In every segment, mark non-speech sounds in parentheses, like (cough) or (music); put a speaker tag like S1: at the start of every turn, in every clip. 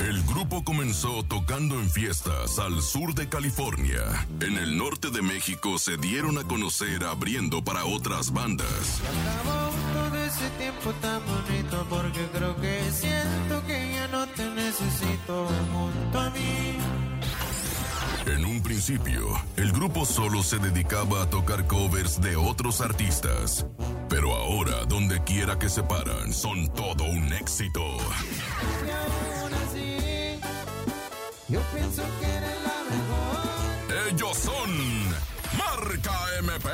S1: El grupo comenzó tocando en fiestas al sur de California. En el norte de México se dieron a conocer abriendo para otras bandas.
S2: Se acabó todo ese tiempo tan bonito porque creo que siento que ya no te necesito junto a mí.
S1: En un principio, el grupo solo se dedicaba a tocar covers de otros artistas. Pero ahora, donde quiera que se paran, son todo un éxito.
S2: Y aún así, yo pienso que eres la mejor.
S1: Ellos son Marca MP.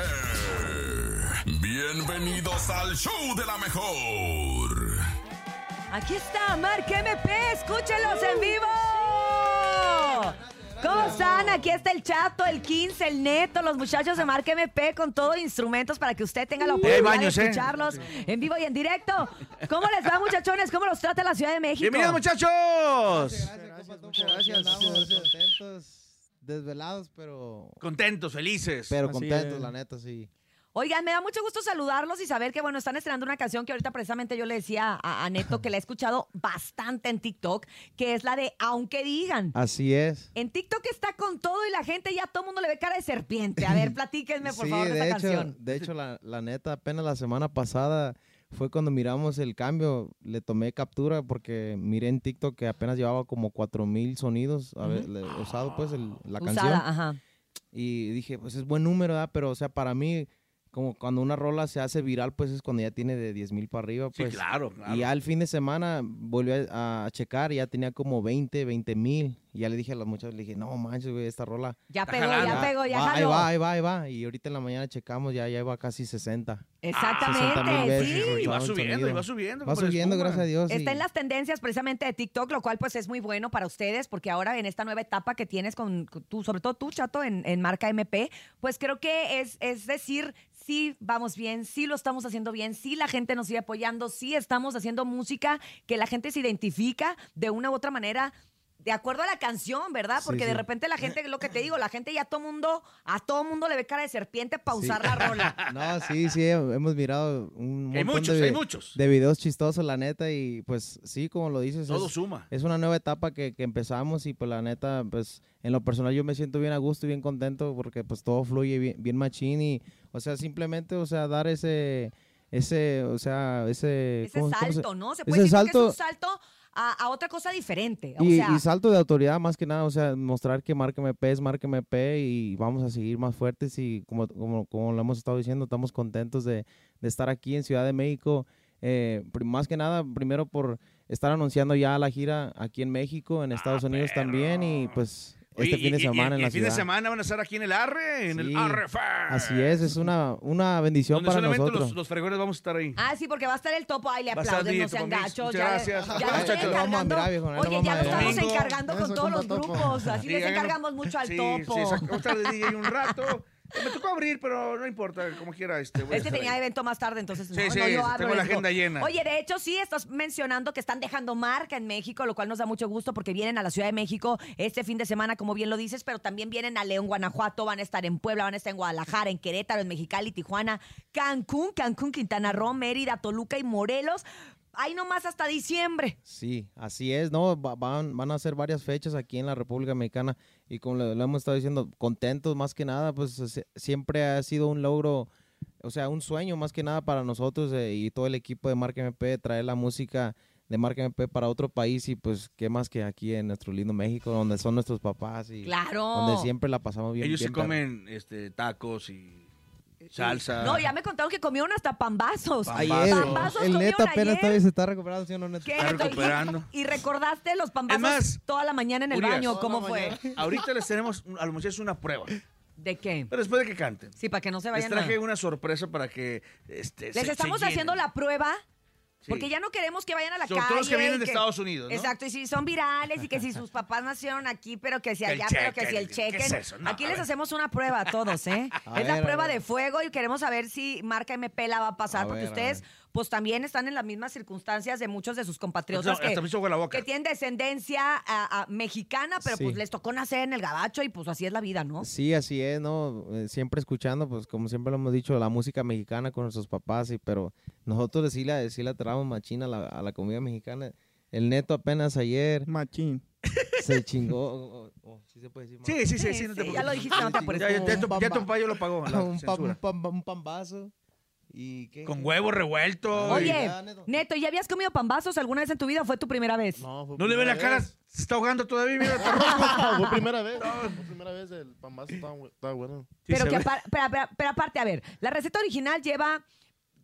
S1: Bienvenidos al show de la mejor.
S3: Aquí está, Marca MP, escúchelos en vivo. ¿Cómo están? Aquí está el chato, el 15, el neto, los muchachos de Marca MP con todo instrumentos para que usted tenga la oportunidad
S4: baños,
S3: de
S4: ¿eh?
S3: escucharlos en vivo y en directo. ¿Cómo les va, muchachones? ¿Cómo los trata la Ciudad de México?
S4: ¡Bienvenidos, muchachos!
S5: Gracias, muchas gracias. Andamos contentos, desvelados, pero,
S4: Contentos, felices.
S5: pero
S6: Así
S5: contentos,
S6: es.
S5: la neta, sí.
S3: Oigan, me da mucho gusto saludarlos y saber que, bueno, están estrenando una canción que ahorita precisamente yo le decía a, a Neto que la he escuchado bastante en TikTok, que es la de Aunque Digan.
S5: Así es.
S3: En TikTok está con todo y la gente ya todo el mundo le ve cara de serpiente. A
S5: (laughs)
S3: ver, platíquenme, por
S5: sí,
S3: favor, de,
S5: de
S3: esta
S5: hecho,
S3: canción.
S5: de (laughs) hecho la, la neta, apenas la semana pasada fue cuando miramos el cambio. Le tomé captura porque miré en TikTok que apenas llevaba como 4000 sonidos. A ver, le- usado pues el- la canción.
S3: Usada, ajá.
S5: Y dije, pues es buen número, ¿verdad? Pero, o sea, para mí, como cuando una rola se hace viral, pues es cuando ya tiene de 10 mil para arriba.
S4: Sí,
S5: Pues.
S4: claro, claro.
S5: Y ya al fin de semana volví a, a checar y ya tenía como 20, 20 mil. Y ya le dije a los muchachos, le dije, no manches, güey, esta rola.
S3: Ya
S4: Está
S3: pegó,
S4: jalando.
S3: ya pegó, ya
S5: va, ahí
S3: jaló.
S5: va, ahí va, ahí va. Y ahorita en la mañana checamos, ya, ya iba casi 60.
S3: Exactamente,
S5: 60,000 veces
S3: sí.
S5: escuchado
S4: Y va
S5: el
S4: subiendo,
S5: sonido.
S4: y va subiendo
S5: Va
S4: como la
S5: subiendo,
S4: espuma.
S5: gracias a Dios.
S3: Está
S5: y-
S3: en las tendencias precisamente de TikTok, lo cual pues es muy bueno para ustedes, porque ahora en esta nueva etapa que tienes con con tú, sobre todo tú, Chato, en, en marca MP, pues creo que es, es decir, sí vamos bien, sí lo estamos haciendo bien, sí la gente nos sigue apoyando, sí estamos haciendo música que la gente se identifica de una u otra manera. De acuerdo a la canción, ¿verdad?
S5: Sí,
S3: Porque de
S5: sí.
S3: repente la gente, lo que te digo, la gente ya a todo mundo, a todo mundo le ve cara de serpiente para
S5: Sí.
S3: usar la rola.
S5: (laughs) No, sí, sí, hemos mirado un montón
S4: Hay muchos,
S5: de,
S4: hay
S5: vi-
S4: muchos.
S5: de videos chistosos, la neta, y pues sí, como lo dices,
S4: Todo
S5: es,
S4: suma.
S5: es una nueva etapa que, que empezamos y pues la neta, pues en lo personal yo me siento bien a gusto y bien contento porque pues todo fluye bien, bien machín y, o sea, simplemente, o sea, dar ese, ese, o sea, ese...
S3: Ese
S5: ¿cómo- cómo se-
S3: salto, ¿no? Se puede decir
S5: ese
S3: que es
S5: salto-
S3: un salto a, a otra cosa diferente. O
S5: Y,
S3: sea,
S5: y salto de autoridad más que nada, o sea, mostrar que Márqueme P es Márqueme P y vamos a seguir más fuertes y como, como, como lo hemos estado diciendo, estamos contentos de, de estar aquí en Ciudad de México. eh, pri- más que nada, primero por estar anunciando ya la gira aquí en México, en Estados Unidos también y pues este
S4: Ah, Oye,
S5: fin de
S4: y- y-
S5: semana
S4: y
S5: en la
S4: El fin de
S5: ciudad.
S4: semana van a estar aquí en el Arre, en el
S5: Sí,
S4: Arre Fest.
S5: Así es, es una, una bendición
S4: Donde
S5: para
S4: solamente
S5: nosotros.
S4: los, los fregones vamos a estar ahí.
S3: Ah, sí, porque va a estar el topo. Ahí le
S4: Va a estar
S3: aplauden, no
S4: DJ
S3: sean
S4: Topo Mix.
S3: gachos.
S4: Muchas
S3: Ya,
S4: gracias.
S6: Ah,
S3: ya
S6: este
S3: lo estoy
S5: Ahí lo vamos a
S3: encargando.
S5: mirar, viejo, ahí lo
S3: Oye,
S5: vamos
S3: ya
S5: a
S3: lo estamos
S4: mirar.
S3: encargando con
S6: Eso,
S3: todos los
S6: compa Topo.
S3: grupos. Así les
S4: háganos-
S3: encargamos mucho al
S4: sí,
S3: topo.
S4: Sí, exacto. Vamos a estar de DJ un rato. Me tocó abrir, pero no importa, como quiera. Este, voy a
S3: Es que
S4: estar
S3: tenía
S4: ahí.
S3: evento más tarde, entonces no,
S4: Sí, sí,
S3: no, yo hablo,
S4: tengo la
S3: les digo.
S4: agenda llena.
S3: Oye, de hecho, sí, estás mencionando que están dejando marca en México, lo cual nos da mucho gusto porque vienen a la Ciudad de México este fin de semana, como bien lo dices, pero también vienen a León, Guanajuato, van a estar en Puebla, van a estar en Guadalajara, en Querétaro, en Mexicali, Tijuana, Cancún, Cancún, Quintana Roo, Mérida, Toluca y Morelos. Ahí nomás hasta diciembre.
S5: Sí, así es, ¿no? Va- Van, van a hacer varias fechas aquí en la República Mexicana y como lo, lo hemos estado diciendo, contentos más que nada, pues se- siempre ha sido un logro, o sea, un sueño más que nada para nosotros eh, y todo el equipo de Marca MP, traer la música de Marca MP para otro país y pues qué más que aquí en nuestro lindo México, donde son nuestros papás y
S3: Claro.
S5: donde siempre la pasamos bien.
S4: Ellos se
S5: bien perro.
S4: comen este, tacos y salsa.
S3: No, ya me contaron que comieron hasta pambazos.
S5: Ayer,
S3: Pambazos
S5: el
S3: comieron
S5: neta apenas
S3: ayer.
S5: todavía se está recuperando, ¿sí o no, Neto?
S3: ¿Qué?
S4: Está recuperando.
S3: Y recordaste los pambazos
S4: más,
S3: toda la mañana en el
S4: Urias,
S3: baño.
S4: toda
S3: ¿Cómo fue?
S4: Ahorita les tenemos un- a los muchachos una prueba.
S3: ¿De qué?
S4: Pero después de que canten.
S3: Sí, para que no se
S4: Les
S3: vayan
S4: traje
S3: a...
S4: una sorpresa para que. Este,
S3: Les estamos haciendo la prueba porque
S4: Sí.
S3: ya no queremos que vayan a la
S4: Sobre todo
S3: calle.
S4: los que vienen
S3: y
S4: de Estados Unidos, ¿no?
S3: Exacto, y si son virales y que si sus papás nacieron aquí, pero que si
S4: Que el
S3: allá, pero que si el
S4: cheque,
S3: cheque.
S4: ¿qué es eso? No,
S3: aquí
S4: a
S3: les
S4: ver.
S3: hacemos una prueba a todos,
S4: (laughs)
S3: ¿eh?
S5: A
S3: es la
S5: ver, a
S3: prueba
S5: ver.
S3: de fuego y queremos saber si Marca MP la va a pasar
S5: A
S3: porque
S5: ver, a
S3: ustedes
S5: ver.
S3: pues también están en las mismas circunstancias de muchos de sus compatriotas
S4: Hasta- hasta me hizo agua la
S3: que,
S4: boca.
S3: que tienen descendencia a- a mexicana, pero
S5: Sí.
S3: pues les tocó nacer en el gabacho y pues así es la vida, ¿no?
S5: Sí, así es, ¿no? Eh, Siempre escuchando, pues como siempre lo hemos dicho, la música mexicana con nuestros papás, y, pero nosotros sí la, sí la traemos machina a la, a la comida mexicana. El neto apenas ayer
S6: Machín.
S5: se chingó. o- o- o, sí se puede decir, ma?
S4: Sí, sí, sí, sí,
S3: Sí,
S4: no te
S3: sí,
S4: preocupes.
S3: ya lo pues. dijiste, no te apures.
S4: Ya, ya, ya tu,
S5: Un
S4: ya tu
S5: bamba.
S4: papá yo lo pagó, la
S5: un, pa-
S4: censura.
S5: un pam- un pambazo. ¿Y qué?
S4: Con huevo revuelto.
S5: Oye.
S4: y-
S3: Oye,
S5: Ya, Neto.
S3: Neto, ¿ya habías comido pambazos alguna vez en tu vida o fue tu primera vez?
S7: No, fue
S4: No le ve la
S7: primera
S4: cara,
S7: vez.
S4: se está ahogando todavía, mira. está rojo. (laughs)
S7: fue primera vez. Fue primera vez el pambazo estaba, bu- estaba bueno.
S4: Sí,
S3: (laughs) pero,
S4: se
S3: que
S4: ve.
S3: apar- pero- pero- pero aparte, a ver, la receta original lleva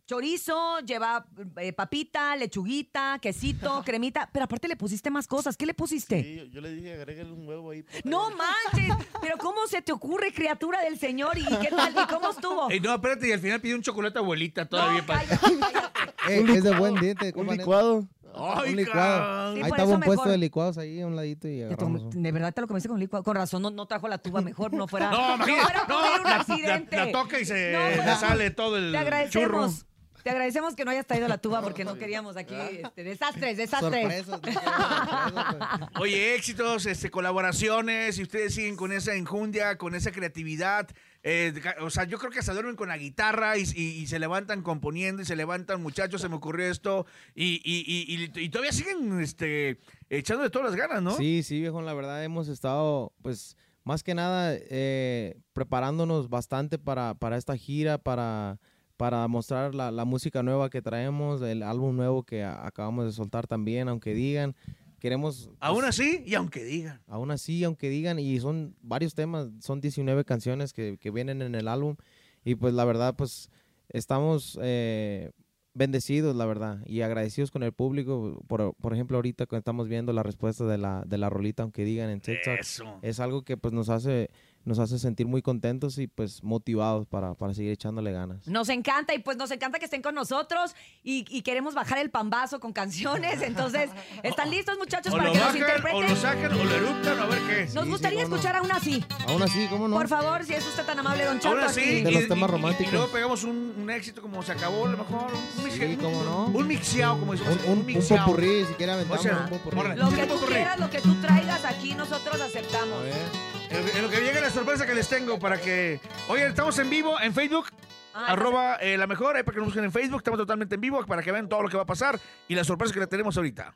S3: chorizo, lleva eh, papita, lechuguita,
S4: (laughs)
S3: quesito, cremita, pero aparte le pusiste más cosas. ¿Qué le pusiste?
S7: Sí, yo, yo le dije, agrégale un huevo ahí. por
S3: No
S7: favor".
S3: manches, pero ¿cómo se te ocurre, criatura del Señor? ¿Y qué tal? ¿Y cómo estuvo?
S4: Ey, no, espérate, y al final pidió un chocolate abuelita todavía.
S3: No,
S4: para-
S3: cállate, cállate.
S5: Eh, es de buen diente.
S7: Un
S5: compa Neto.
S7: licuado.
S4: Ay,
S5: un licuado.
S4: cabrón.
S3: Sí,
S5: ahí
S3: por
S5: estaba
S3: eso
S5: un puesto
S3: mejor.
S5: de licuados ahí a un ladito
S3: Te
S5: y
S3: tom-
S5: agarramos uno.
S3: De verdad te lo comiste con licuado. Con razón, no, no trajo la tuba, mejor no fuera.
S4: (laughs) No, imagínate.
S3: fuera a
S4: No,
S3: ocurrir un
S4: la, la-
S3: accidente.
S4: la toca y se
S3: No,
S4: le
S3: fuera-
S4: sale todo el
S3: Te
S4: churro.
S3: agradecemos. Te agradecemos que no hayas traído la tuba porque
S4: (laughs)
S3: no queríamos aquí este, desastres, desastres.
S5: Sorpresas, ¿no? Sorpresas, pues.
S4: Oye, éxitos, este, colaboraciones, si ustedes siguen con esa enjundia, con esa creatividad, eh, ca- o sea, yo creo que hasta duermen con la guitarra y, y- y se levantan componiendo y se levantan, muchachos, se me ocurrió esto, y, y- y- y- y todavía siguen este, echando de todas las ganas, ¿no?
S5: Sí, sí, viejo, la verdad hemos estado, pues, más que nada eh, preparándonos bastante para, para esta gira, para, para mostrar la, la música nueva que traemos, el álbum nuevo que a- acabamos de soltar también, aunque digan, queremos... pues,
S4: Aún así, y aunque digan.
S5: Aún así, aunque digan, y son varios temas, son 19 canciones que, que vienen en el álbum, y pues la verdad, pues estamos eh, bendecidos, la verdad, y agradecidos con el público. Por, por ejemplo, ahorita que estamos viendo la respuesta de la, de la rolita, aunque digan en TikTok,
S4: Eso.
S5: es algo que pues nos hace, nos hace sentir muy contentos y pues motivados para, para seguir echándole ganas.
S3: Nos encanta y pues nos encanta que estén con nosotros y, y queremos bajar el pambazo con canciones. Entonces, ¿están listos muchachos
S4: O
S3: para
S4: lo
S3: que nos
S4: bajan, o lo
S3: interpreten?
S4: sacan, o lo eructan, a ver qué es.
S3: Nos
S5: Sí,
S3: gustaría
S5: sí, cómo no.
S3: escuchar a una así.
S5: Aún así, ¿cómo no?
S3: Por favor, si es usted tan amable, don Chato.
S4: Ahora sí,
S3: aquí.
S5: De los temas
S4: Y,
S5: románticos.
S4: luego pegamos un, un éxito como se acabó, a lo mejor. Un,
S5: Sí,
S4: mixe- un-
S5: cómo no.
S4: un mixeado, como decimos.
S5: Un, un, un
S4: mixeado.
S5: popurrí, si quiere aventamos
S4: O sea,
S5: un popurrí.
S4: morra.
S3: Lo que
S4: ¿Qué
S3: tú
S4: ocurre?
S3: quieras, lo que tú traigas aquí, nosotros
S5: A
S3: aceptamos.
S5: ver.
S4: En lo que- en lo que llega la sorpresa que les tengo para que. Oye, estamos en vivo en Facebook,
S3: Ah,
S4: arroba eh, la mejor, ahí para que nos busquen en Facebook. Estamos totalmente en vivo para que vean todo lo que va a pasar y la sorpresa que le tenemos ahorita.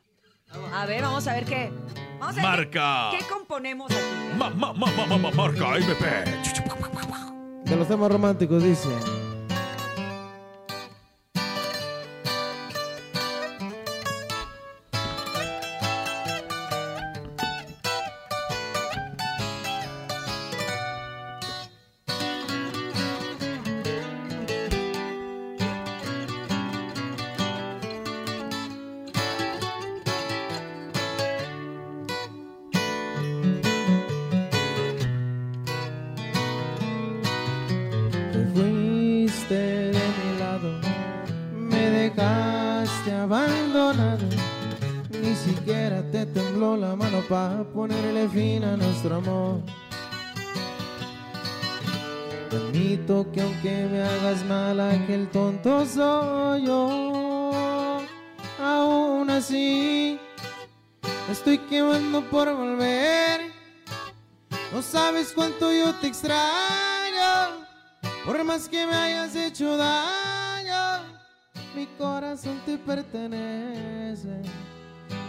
S3: A ver, vamos a ver qué. Vamos a ver
S4: Marca.
S3: ¿Qué, qué componemos aquí?
S4: Ma- ma- ma- ma- ma- ma- marca MP.
S5: De los temas románticos dice. Te fuiste de mi lado, me dejaste abandonado. Ni siquiera te tembló la mano para ponerle fin a nuestro amor. Admito que aunque me hagas mal, aquel tonto soy yo. Aún así, me estoy quemando por volver. No sabes cuánto yo te extraño. Por más que me hayas hecho daño, mi corazón te pertenece,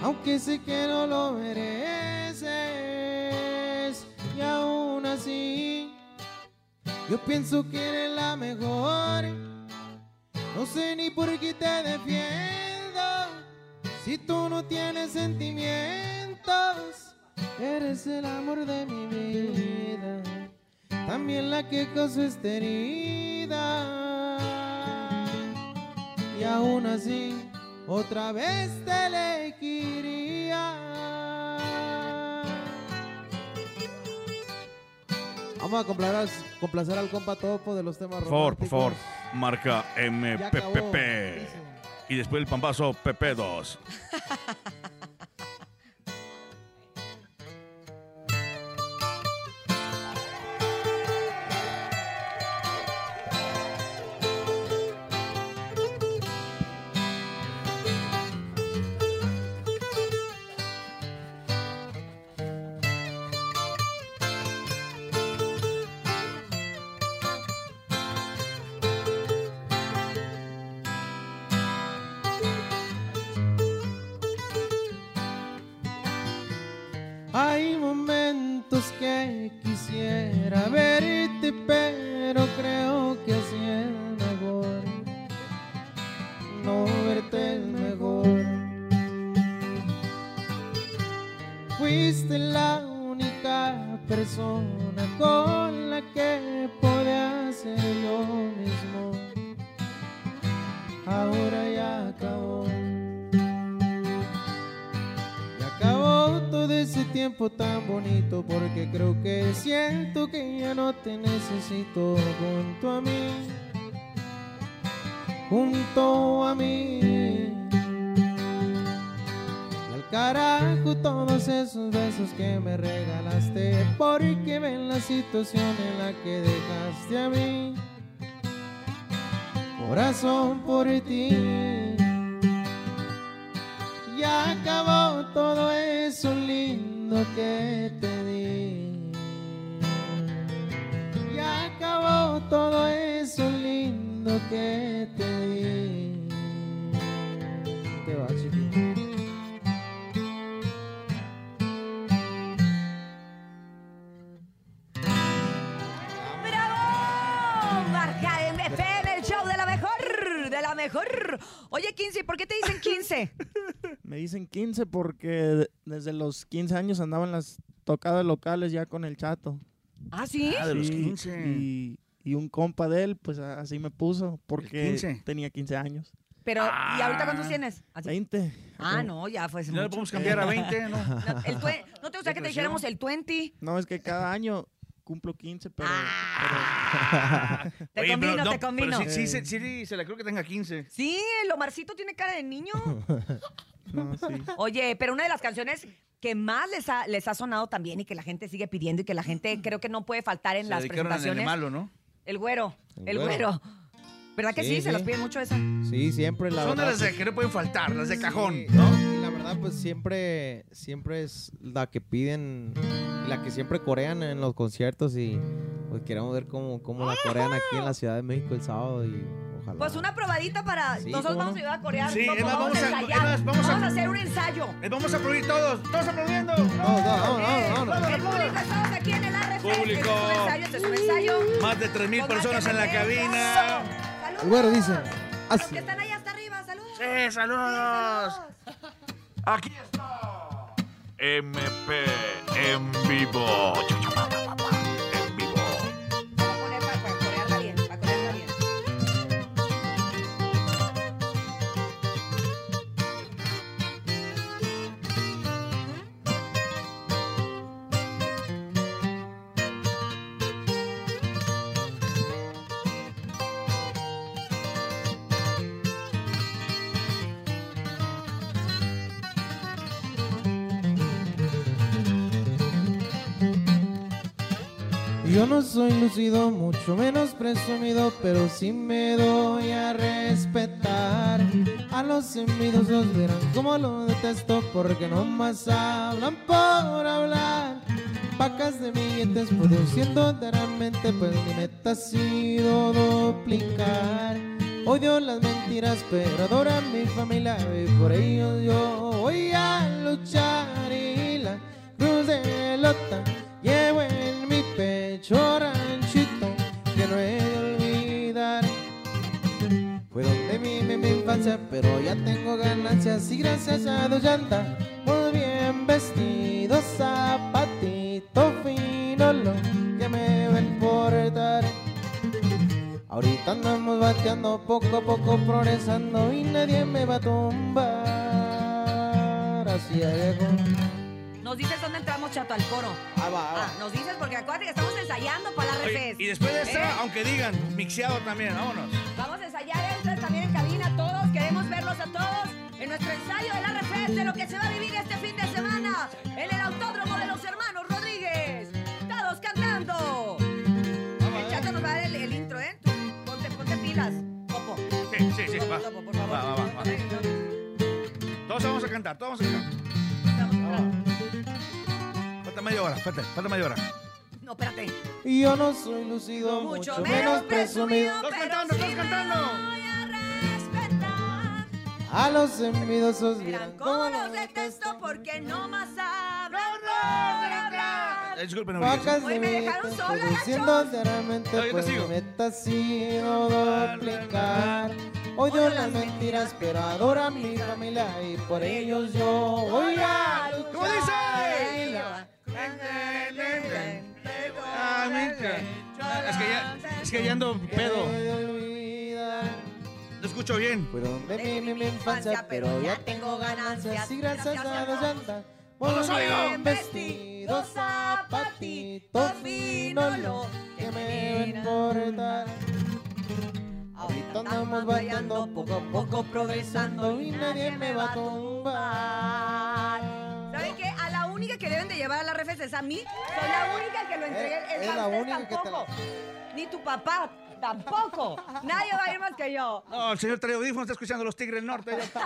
S5: aunque sé que no lo mereces. Y aún así, yo pienso que eres la mejor. No sé ni por qué te defiendo. Si tú no tienes sentimientos, eres el amor de mi vida también la que causó esta herida. Y aún así, otra vez te elegiría. Vamos a complacer, complacer al compa Topo de los temas
S8: Por favor, por
S5: románticos.
S8: favor, marca
S5: Ya acabó,
S8: MPPP.
S5: dice.
S8: Y después el pampazo PP2.
S5: Hay momentos que quisiera verte, pero creo que así es mejor. No verte es mejor. Fuiste la única persona con la que podía ser yo mismo. Ahora ya acabó. Y acabó todo ese tiempo tan bonito porque creo que siento que ya no te necesito junto a mí, junto a mí. Y al carajo todos esos besos que me regalaste porque ven la situación en la que dejaste a mí. Corazón por ti. Ya acabó todo eso lindo que te di. Ya acabó todo eso lindo que te di. Te va, chiquito.
S3: ¡Bravo! Marca MFM, el show de la mejor, de la mejor. Oye, 15, ¿por qué te dicen 15?
S6: Me dicen 15 porque de- desde los 15 años andaban las tocadas locales ya con el chato.
S3: ¿Ah, sí?
S4: Ah, de los
S6: Sí,
S4: 15.
S6: Y, y un compa de él, pues a- así me puso, porque
S4: 15?
S6: tenía 15 años.
S3: Pero, ¿y ahorita
S4: Ah.
S3: cuántos tienes? Así.
S6: 20.
S3: Ah, no, ya fue. hace
S4: No le
S3: mucho.
S4: podemos cambiar a 20, (laughs) ¿no?
S3: No, el tue- ¿no te gustaría que te
S4: (laughs) Ya creció.
S3: dijéramos el 20?
S6: No, es que cada año cumplo 15, pero...
S3: Te combino, te combino.
S6: eh,
S4: Pero Ah. sí, sí, se- sí, se la creo que tenga 15.
S3: Sí, el Omarcito tiene cara de
S4: (laughs)
S3: niño.
S6: pero- no, sí.
S3: Oye, pero una de las canciones que más les ha, les ha sonado también y que la gente sigue pidiendo y que la
S4: (laughs)
S3: gente creo que no puede faltar en
S4: Se
S3: las
S4: dedicaron al
S3: presentaciones.
S4: malo, ¿no?
S3: El güero,
S5: El
S3: el
S5: güero.
S3: güero. ¿Verdad que sí?
S5: Sí,
S3: Se las
S5: sí.
S3: piden mucho esa.
S5: Sí, siempre la
S4: Son de
S5: verdad,
S4: las de que no pueden faltar, las de
S5: sí,
S4: cajón,
S5: sí.
S4: ¿no?
S5: Y la verdad, pues siempre, siempre es la que piden, y la que siempre corean en los conciertos y pues queremos ver cómo, cómo la corean aquí en la Ciudad de México el sábado y ojalá.
S3: Pues una probadita para.
S5: Sí,
S3: Nosotros
S5: ¿cómo
S3: vamos a
S5: no?
S3: ayudar a corear.
S4: Sí,
S3: vamos,
S4: es más,
S3: vamos
S4: vamos
S3: a
S4: a-
S3: ensayar.
S4: es más,
S3: vamos,
S4: vamos
S3: a...
S4: a-
S3: hacer un ensayo.
S4: Eh, Vamos a aplaudir todos, todos aplaudiendo.
S5: Vamos, vamos, vamos, vamos.
S3: El público, estamos aquí en el ARF.
S4: Público.
S3: Este es un ensayo, este es un ensayo.
S4: Más de 3.000 personas en la cabina.
S3: Saludos.
S5: El güero dice,
S3: A los
S5: así.
S3: que están ahí hasta arriba, saludos.
S4: Sí, Eh, saludos. Aquí está.
S8: MP en vivo. En vivo.
S3: Vamos a poner para- para corearla bien, para corearla bien.
S5: Yo no soy lucido, mucho menos presumido, pero sí me doy a respetar. A los envidiosos verán cómo lo detesto, porque nomás hablan por hablar. Pacas de billetes pues produciendo diariamente, pues mi meta ha sido duplicar. Odio las mentiras, pero adoro a mi familia y por ello yo voy a luchar y la cruz de lota llevo en mi pecho ranchito que no he de olvidar. Fue donde viví mi infancia, pero ya tengo ganancias y gracias a Dios ya anda muy bien vestido, zapatito fino, lo que me ven portar. Ahorita andamos bateando, poco a poco progresando y nadie me va a tumbar. Así llego.
S3: Nos dices dónde entramos, chato, al coro.
S5: Ah, va,
S3: Ah, nos dices porque acuérdate que estamos ensayando para la
S4: Oye,
S3: refes.
S4: Y después de
S3: ¿Eh?
S4: esta, aunque digan, mixeado también, vámonos.
S3: Vamos a ensayar entras también en cabina todos, queremos verlos a todos en nuestro ensayo de la refes de lo que se va a vivir este fin de semana en el autódromo de los hermanos Rodríguez. Todos cantando. El chato nos va a dar el, el intro, ¿eh? Tú Ponte, ponte pilas. Popo.
S4: Sí, sí, sí, va.
S3: Popo, por favor.
S4: Va, va, va, va. Todos vamos a cantar, todos vamos a cantar. Falta media hora, falta, falta media hora.
S3: No, espérate.
S5: Y Yo no soy lucido, mucho, menos presumido.
S4: Estás
S3: pero
S4: cantando,
S3: sí
S4: estás
S3: me
S4: cantando.
S3: voy a respetar.
S5: A los envidiosos
S3: Verán
S5: miran
S3: cómo los detesto porque no más hablan
S4: disculpen, audiencia.
S5: Pocas
S3: Hoy me dejaron
S5: limitas,
S3: sola,
S5: estoy
S3: gacho.
S5: diciendo sinceramente,
S4: No, yo te
S5: pues
S4: sigo.
S5: mi meta ha sido duplicar. Odio las mentiras, pero adoro a mi familia y por ellos yo voy a luchar.
S4: ¿Cómo dice? Ah, mira. Es que ya, es que ya ando pedo. No escucho bien.
S5: Fue donde viví mi infancia, pero ya tengo ganancias y gracias a las llantas.
S4: ¡No los
S5: voy
S4: oigo!
S5: bien Vestido, zapatitos, vinolo, que me deben portar. Ahorita andamos bailando, poco a poco progresando y nadie me va a tumbar.
S3: ¿Saben qué? A la única que deben de llevar a la refes es a mí. Soy la única que lo entregué.
S5: Es- es
S3: más,
S5: la
S3: ustedes
S5: única que te
S3: tampoco. Ni tu papá tampoco. Nadie va a ir más que yo.
S4: No, el señor trae audífonos, está escuchando los Tigres del Norte. ya está.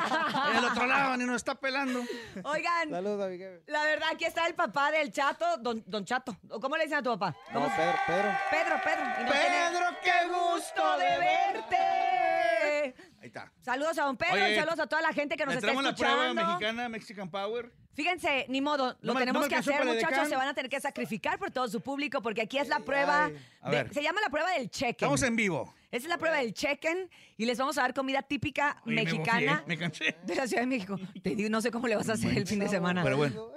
S4: En el otro lado, ni nos está pelando.
S3: Oigan,
S5: Saludos, Abigail.
S3: la verdad, aquí está el papá del chato, don, don Chato. ¿O ¿Cómo le dicen a tu papá? ¿Cómo?
S5: Pedro, Pedro.
S3: Pedro, Pedro. Y no tiene
S4: Pedro, qué gusto
S3: gusto de verte.
S4: Ahí está.
S3: Saludos a don Pedro
S4: Oye,
S3: y saludos a toda la gente que nos está
S4: Entramos en la prueba
S3: escuchando.
S4: mexicana, Mexican Power.
S3: Fíjense, ni modo, lo
S4: No me-
S3: tenemos
S4: no me
S3: que
S4: alcanzó
S3: hacer,
S4: para el
S3: muchachos.
S4: decán.
S3: Se van a tener que sacrificar por todo su público, porque aquí es la prueba.
S4: A
S3: de-
S4: ver.
S3: se llama la prueba del check
S4: Estamos en vivo.
S3: Esa es la prueba del check-in y les vamos a dar comida típica
S4: Oye, me
S3: mexicana
S4: bofié, Me, cansé.
S3: de la Ciudad de México. Te digo, no sé cómo le vas a hacer el fin de semana.
S4: Pero bueno,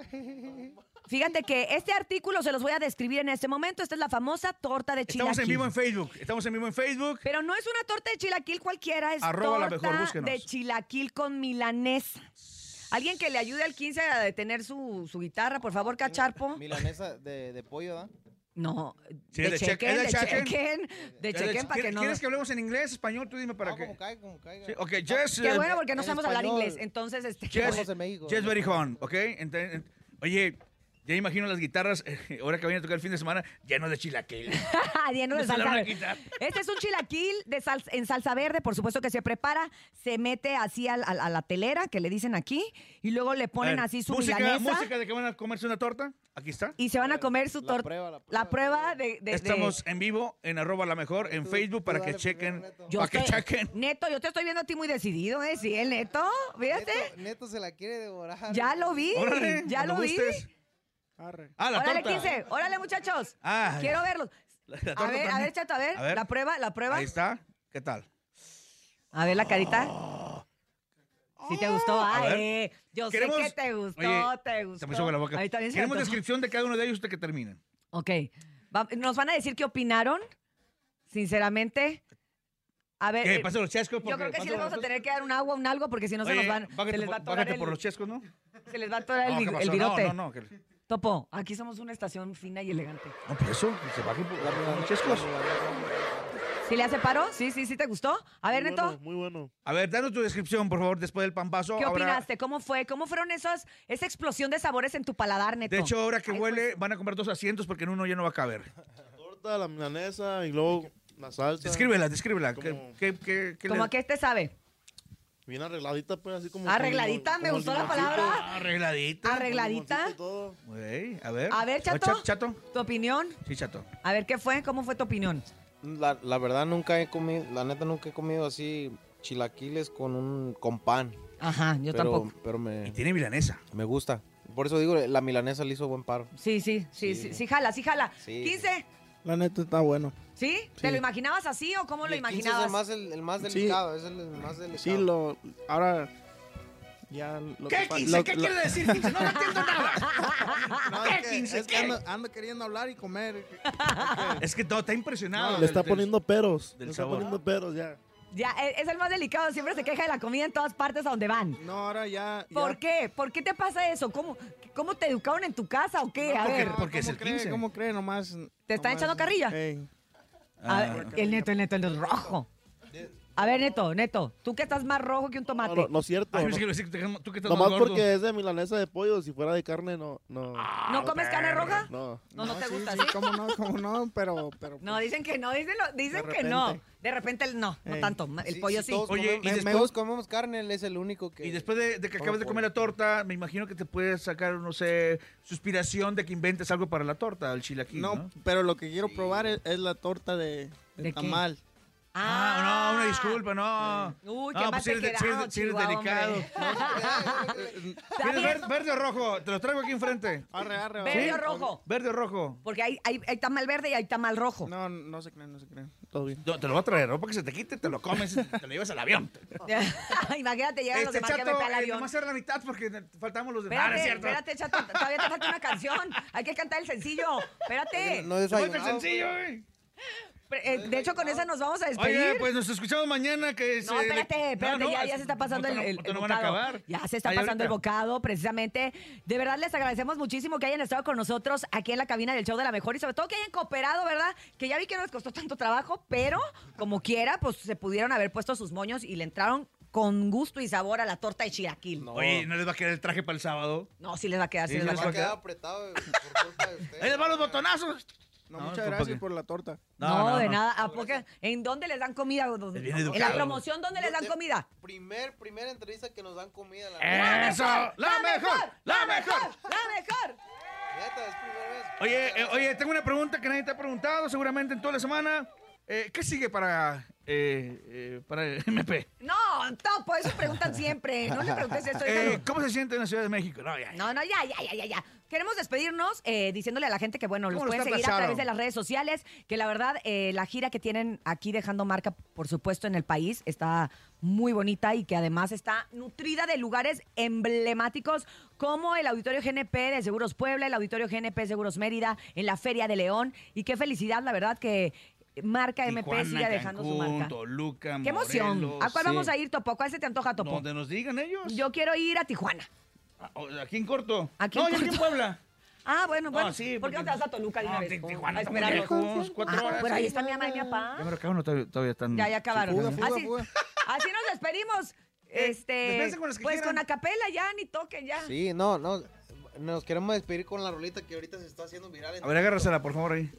S3: Fíjate que este artículo se los voy a describir en este momento. Esta es la famosa torta de chilaquil.
S4: estamos en vivo en Facebook. Estamos en vivo en Facebook.
S3: Pero no es una torta de chilaquil cualquiera, es
S4: Arroba la
S3: torta
S4: mejor, búsquenos.
S3: de chilaquil con milanesa. Alguien que le ayude al 15 a detener su, su guitarra, por favor, cacharpo.
S5: Milanesa de, pollo, ¿da?
S3: No,
S4: Sí,
S3: de,
S4: de cheque-
S3: chequen,
S4: ¿es de
S3: de
S4: chequen?
S3: chequen, de chequen para que no...
S4: ¿Quieres que hablemos en inglés, español? Tú dime para qué.
S5: caiga, como caiga.
S4: Sí, ok, Jess.
S3: Qué
S4: eh,
S3: bueno, porque no
S5: en
S3: sabemos hablar
S5: español.
S3: inglés. Entonces, este...
S4: Jess,
S3: (laughs)
S5: Estamos en México.
S4: Jess Berijón, ¿ok? Ente- ent- oye, ya imagino las guitarras, eh, ahora que vayan a tocar el fin de semana, lleno
S3: (laughs)
S4: de chilaquiles. (laughs)
S3: lleno de
S4: No se
S3: salsa
S4: la van a
S3: verde.
S4: quitar.
S3: Este es un chilaquil de sal- en salsa verde, por supuesto que se prepara, se mete así al- al- a, la telera, que le dicen aquí, y luego le ponen
S4: A ver,
S3: así su
S4: música,
S3: milanesa
S4: música de que van a comerse una torta. Aquí está.
S3: y se van a comer su
S5: La
S3: torta.
S5: prueba, la
S3: La prueba de... de- de-
S4: Estamos en vivo en arroba la mejor, en
S5: Tú-
S4: Facebook,
S5: tú
S4: para
S5: dale
S4: que
S5: primero,
S4: chequen.
S5: Neto.
S3: Yo
S4: Para que
S3: estoy-
S4: chequen.
S3: Neto, yo te estoy viendo a ti muy decidido, ¿eh? Sí, el Neto, fíjate.
S5: Neto, Neto se la quiere devorar.
S3: Ya lo vi,
S4: Órale,
S3: ya
S4: cuando
S3: lo vi.
S4: gustes.
S6: Arre.
S4: Ah, la
S3: órale,
S4: torta.
S3: 15, órale, muchachos.
S4: Ah,
S3: Quiero verlos.
S4: la- la torta
S3: A ver, a
S4: también.
S3: ver, chato, a ver,
S4: A ver.
S3: La prueba, la prueba.
S4: Ahí está. ¿Qué tal?
S3: A ver la carita. Si te gustó,
S4: A
S3: ay,
S4: ver.
S3: yo
S4: Queremos-
S3: sé que te gustó,
S4: Oye,
S3: te gustó.
S4: Se me sube la boca.
S3: Ahí también se
S4: Queremos
S3: antojó.
S4: descripción de cada uno de ellos hasta que terminen.
S3: Ok. Va- nos van a decir qué opinaron, sinceramente. A ver,
S4: ¿Qué?
S3: eh,
S4: Pásale los chescos.
S3: yo creo que sí les vamos a tener que dar un agua, un algo, porque si no se nos
S4: Oye,
S3: van,
S4: bájate
S3: se les
S4: por-
S3: va a atorar
S4: bájate
S3: el,
S4: por los chescos, ¿no?
S3: se les va a atorar
S4: No,
S3: el,
S4: ¿qué
S3: el
S4: pasó?
S3: virote.
S4: No, no, no. que- no,
S3: Topo, aquí somos una estación fina y elegante.
S4: por eso, que se bajen por bajen por los chescos.
S3: ¿Sí le hace paro? Sí, sí, sí te gustó. A ver,
S7: muy
S3: Neto.
S7: Bueno, muy bueno.
S4: A ver, danos tu descripción, por favor, después del pambazo.
S3: ¿Qué
S4: Ahora-
S3: opinaste? ¿Cómo fue? ¿Cómo fueron esos, esa explosión de sabores en tu paladar, Neto?
S4: De hecho, ahora que
S3: Ay, pues.
S4: huele, van a comprar dos asientos porque en uno ya no va a caber.
S7: La torta, la milanesa y luego la salsa.
S4: Descríbela, descríbela. ¿Qué,
S7: Como-
S4: qué, qué, qué
S3: Como
S4: le-
S3: a qué te sabe.
S7: Bien arregladita, pues, así como...
S3: Arregladita, me gustó la palabra.
S4: Arregladita.
S3: Arregladita.
S4: Güey, a ver.
S3: A ver,
S4: Cha-
S3: Chato.
S4: chato.
S3: ¿Tu opinión?
S4: Sí, chato.
S3: A ver, ¿qué fue? ¿Cómo fue tu opinión?
S5: La, la verdad nunca he comido, la neta nunca he comido así chilaquiles con un con pan.
S3: Ajá, yo
S5: pero,
S3: tampoco.
S5: Pero
S4: Y
S5: me,
S4: tiene milanesa.
S5: me gusta. Por eso digo, la milanesa le hizo buen paro.
S3: Sí, sí, sí, sí,
S5: Sí.
S3: sí, jala, sí, jala.
S5: Sí.
S3: 15,
S6: La neta está bueno.
S3: ¿sí? ¿Te
S6: Sí.
S3: lo imaginabas así o cómo lo
S5: El 15 Es
S3: imaginabas?
S5: el más, el, el más
S6: Sí.
S5: delicado, es el, el más delicado.
S6: Sí, lo. Ahora. Ya lo que pa- lo- lo-
S4: decir? Quince? No, no entiendo nada.
S3: Ah,
S6: No,
S4: ¿Qué
S6: es que,
S4: 15?
S6: es que ando, ando queriendo hablar y comer.
S4: Es que todo está impresionado.
S7: Le está
S4: del- del-
S7: poniendo peros.
S4: del
S7: Le está
S4: sabor.
S7: poniendo peros, ya.
S3: Ya, e- es el más delicado, siempre se queja de la comida en todas partes a donde van.
S6: No, ahora ya. ya-
S3: ¿Por qué? ¿Por qué te pasa eso? ¿Cómo, cómo te educaron en tu casa o qué? A
S4: porque-
S3: ver,
S4: porque es
S6: ¿cómo
S4: el
S6: cree?
S4: 15.
S6: ¿Cómo cree nomás?
S3: ¿Te están
S6: nomás-
S3: echando carrilla?
S6: Ey.
S3: a ver, el neto, el neto, el neto, rojo. A ver, neto, neto, tú que estás más rojo que un
S7: No,
S3: tomate.
S7: no, no es cierto.
S4: Ay,
S7: No,
S4: es que lo decía que te- tú que estás
S7: nomás
S4: más gordo.
S7: porque es de milanesa de pollo. Si fuera de carne, no. No,
S4: Ah,
S3: ¿No comes carne roja?
S7: no.
S3: No, no, te
S6: sí,
S3: gusta,
S6: sí,
S3: ¿sí?
S6: cómo no, cómo no, pero. pero pues,
S3: No, dicen que no, dicen, lo- dicen
S6: De
S3: que no.
S6: repente.
S3: De repente, el- no, no
S6: Ey.
S3: tanto. El pollo sí.
S5: todos
S4: Oye,
S5: comemos-
S4: y
S5: me-
S4: después-
S5: todos comemos carne, él es el único que...
S4: Y después de, de que
S5: Todo
S4: acabes de
S5: por-
S4: comer la torta, me imagino que te puedes sacar, no sé, suspiración de que inventes algo para la torta, el chilaquil, ¿no?
S6: No, pero lo que quiero probar es, es la torta de,
S3: ¿De
S6: de
S3: qué?
S6: tamal.
S4: Ah, no, una disculpa, no.
S3: Uy,
S4: No,
S3: qué mal
S4: pues sí
S3: te
S4: eres de- sí eres de-
S3: quedado,
S4: sí eres
S3: Chihuahua, (laughs)
S4: delicado.
S3: hombre. Está
S4: ¿Quieres
S3: bien,
S4: ver- verde o rojo? Te los traigo aquí enfrente.
S6: Arre, arre,
S3: Verde
S6: arre.
S3: o rojo.
S4: Verde o rojo.
S3: Porque hay, hay, hay tamal verde y hay tamal rojo. (laughs)
S6: No, no se creen, no se creen. Todo bien.
S4: Yo te lo voy a traer, ¿no? Para que se te quite, te lo comes, y te lo llevas al
S3: (laughs)
S4: avión.
S3: Ah, Imagínate, llegan los
S4: Este
S3: demás que me
S4: chato,
S3: pega el
S4: eh,
S3: avión.
S4: nomás era la mitad porque faltamos los demás. Ah, no
S3: Espérate,
S4: es cierto.
S3: espérate, chato, todavía te falta una canción. Hay que cantar el sencillo. Espérate.
S6: (laughs)
S5: No
S4: Se fue tan
S5: desayunado.
S4: sencillo, güey.
S3: Eh, de hecho, con esa nos vamos a despedir.
S4: Oye, pues nos escuchamos mañana. Que
S3: No, espérate, espérate, ya, ya se está pasando el, el- el
S4: no van a
S3: bocado.
S4: acabar.
S3: Ya se está
S4: Ahí
S3: pasando el
S4: ahorita.
S3: bocado, precisamente. De verdad les agradecemos muchísimo que hayan estado con nosotros aquí en la cabina del show de la mejor y sobre todo que hayan cooperado, ¿verdad? Que ya vi que no les costó tanto trabajo, pero como quiera, pues se pudieron haber puesto sus moños y le entraron con gusto y sabor a la torta de chilaquil. No,
S4: Oye, ¿no les va a quedar el traje para el sábado?
S3: sí les va a quedar, sí,
S4: Sí,
S3: les va a
S4: sí,
S3: quedar.
S4: quedar
S7: apretado
S3: eh,
S7: por culpa de ustedes.
S4: ¡Ahí les van los botonazos!
S6: No,
S4: No,
S6: muchas
S4: compa,
S6: gracias
S4: que-
S6: por la torta.
S3: No, de nada. ¿A poco? ¿En dónde les dan comida?
S4: bien
S3: ¿En la
S4: educado.
S3: promoción dónde les dan
S7: Yo-
S3: comida?
S7: Primer, primera entrevista que nos dan comida. La
S3: Eh.
S4: ¡Eso! ¡La mejor! ¡La mejor!
S3: ¡La mejor!
S7: Neta, es primera vez.
S4: Oye, eh, oye, tengo una pregunta que nadie te ha preguntado seguramente en toda la semana. Eh, ¿Qué sigue para, eh, eh, para el (laughs) MP?
S3: No, no, por eso preguntan siempre. No le preguntes esto. déjalo.
S4: (laughs) Eh, ¿Cómo se siente en la Ciudad de México? No, ya, ya.
S3: No, no, ya, ya, ya, ya, ya. Queremos despedirnos eh, diciéndole a la gente que, bueno, los
S4: ¿Cómo lo
S3: pueden
S4: está
S3: seguir a
S4: tasado?
S3: través de las redes sociales, que la verdad, eh, la gira que tienen aquí dejando marca, por supuesto, en el país, está muy bonita y que además está nutrida de lugares emblemáticos como el Auditorio GNP de Seguros Puebla, el Auditorio GNP de Seguros Mérida, en la Feria de León. Y qué felicidad, la verdad, que marca MP
S4: Tijuana,
S3: siga dejando su
S4: Cancún,
S3: marca.
S4: Toluca,
S3: Qué emoción.
S4: Morelos.
S3: ¿A cuál
S5: sí.
S3: vamos a ir, Topo? ¿A cuál se te antoja, Topo?
S4: Donde nos digan ellos.
S3: Yo quiero ir a Tijuana.
S4: Ah, o- Aquí en corto.
S3: Aquí
S4: no,
S3: en
S4: yo aquí en
S3: corto. (laughs)
S4: Puebla.
S3: Ah, bueno, bueno.
S4: sí,
S3: ¿Por qué no te
S4: porque-
S3: vas a Toluca de una
S4: No,
S3: vez? Oh,
S4: Ti- Tijuana
S3: a
S4: está muy
S3: esperarlos.
S4: lejos, cuatro
S3: Ah,
S4: horas. Mm.
S3: Pero ahí está mi mamá y mi papá.
S4: Ya me lo acaban, no, todavía, todavía están.
S3: Ya, ya acabaron.
S5: fuga, fuga,
S3: así,
S5: fuga.
S3: (laughs) así nos despedimos.
S4: Eh,
S3: Este,
S4: despídense con los que
S3: pues
S4: quieran.
S3: con acapela ya, ni toquen ya.
S5: Sí, no, no.
S7: Nos queremos despedir con la rolita que ahorita se está haciendo viral. en
S4: A ver,
S7: TikTok.
S4: agárrasela, por favor, ahí.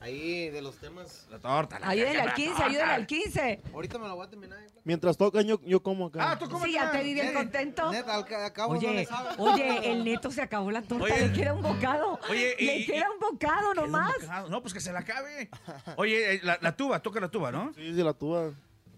S7: Ahí, de los temas.
S4: La torta. la-
S3: Ayúdenle al 15, ayúdenle al 15.
S7: Ahorita me la voy a terminar. eh.
S6: Mientras tocan, yo, yo como acá.
S4: Ah, tú cómo
S3: Sí, ya te vi bien
S7: Eh,
S3: contento.
S7: Neta, al, ca- al cabo no le
S3: Oye,
S7: sabe.
S3: oye, el neto se acabó la torta,
S4: Oye.
S3: le queda un bocado.
S4: Oye, y-
S3: le
S4: y-
S3: queda un bocado nomás.
S4: No, pues que se la acabe. Oye, eh, la, la tuba, toca la tuba, ¿no?
S6: Sí, de la tuba.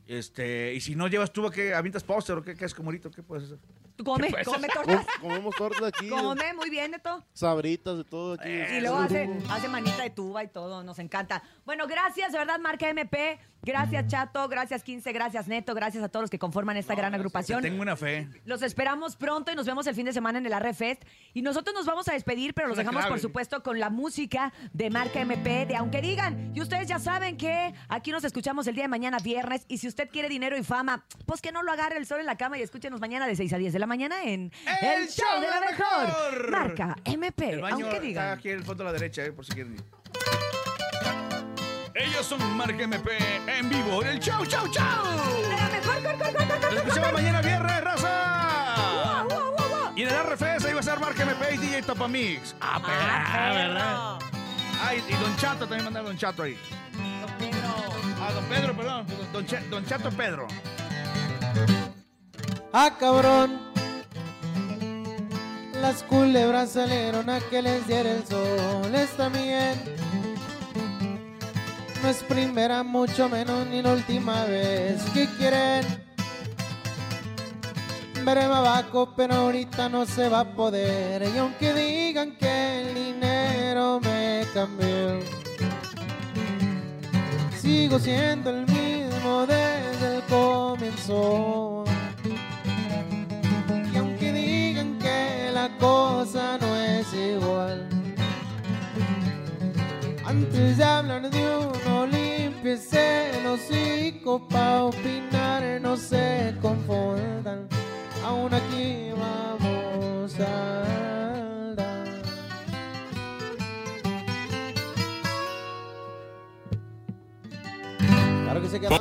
S4: Este, y si no llevas tuba, ¿qué? ¿Avientas póster o qué, qué es como ahorita? ¿Qué puedes hacer?
S3: Come,
S4: Pues- (laughs)
S3: come
S6: Com-
S3: tortas.
S6: comemos
S3: (laughs)
S6: torta aquí.
S3: Come, muy bien, neto.
S6: Sabritas de todo aquí.
S3: Y luego hace, hace manita de tuba y todo, nos encanta. Bueno, gracias, de verdad, Marca MP. Gracias, Chato. Gracias, 15. Gracias, Neto. Gracias a todos los que conforman esta gran
S4: Te
S3: agrupación.
S4: Tengo una fe.
S3: Los esperamos pronto y nos vemos el fin de semana en el Arre Fest. Y nosotros nos vamos a despedir, pero los
S4: Una
S3: dejamos,
S4: clave.
S3: por supuesto, con la música de Marca MP, de Aunque Digan. Y ustedes ya saben que aquí nos escuchamos el día de mañana, viernes. Y si usted quiere dinero y fama, pues que no lo agarre el sol en la cama y escúchenos mañana de 6 a 10 de la mañana en
S4: ¡El Show de la Mejor!
S3: Marca MP,
S4: El baño
S3: Aunque
S4: está
S3: Digan.
S4: aquí en el fondo a la derecha, eh, por si quieren ir. Ellos son Mark MP en vivo en el Chau Chau Chau.
S3: De la mejor, cor, cor, cor, cor, cor,
S4: Nos escuchamos mañana viernes, raza.
S3: cor, cor, cor.
S4: Y en el RFS ahí va a ser Mark MP y DJ Topamix. Ah,
S3: Ah,
S4: perra, ¿verdad?
S3: perro.
S4: Ah, y, y Don Chato también manda a Don Chato ahí.
S3: Don Pedro.
S4: Ah, Don Pedro, perdón. Don, Ch- Don Chato Pedro.
S5: ¡Ah, cabrón! Las culebras salieron a que les diera el sol, está bien. No es primera, mucho menos ni la última vez que quieren. Veré más abajo, pero ahorita no se va a poder. Y aunque digan que el dinero me cambió, sigo siendo el mismo desde el comienzo. Y aunque digan que la cosa no es igual, antes de hablar de uno, limpiese el hocico pa' opinar, no se confundan. Aún aquí vamos a andar. Claro que se quedan.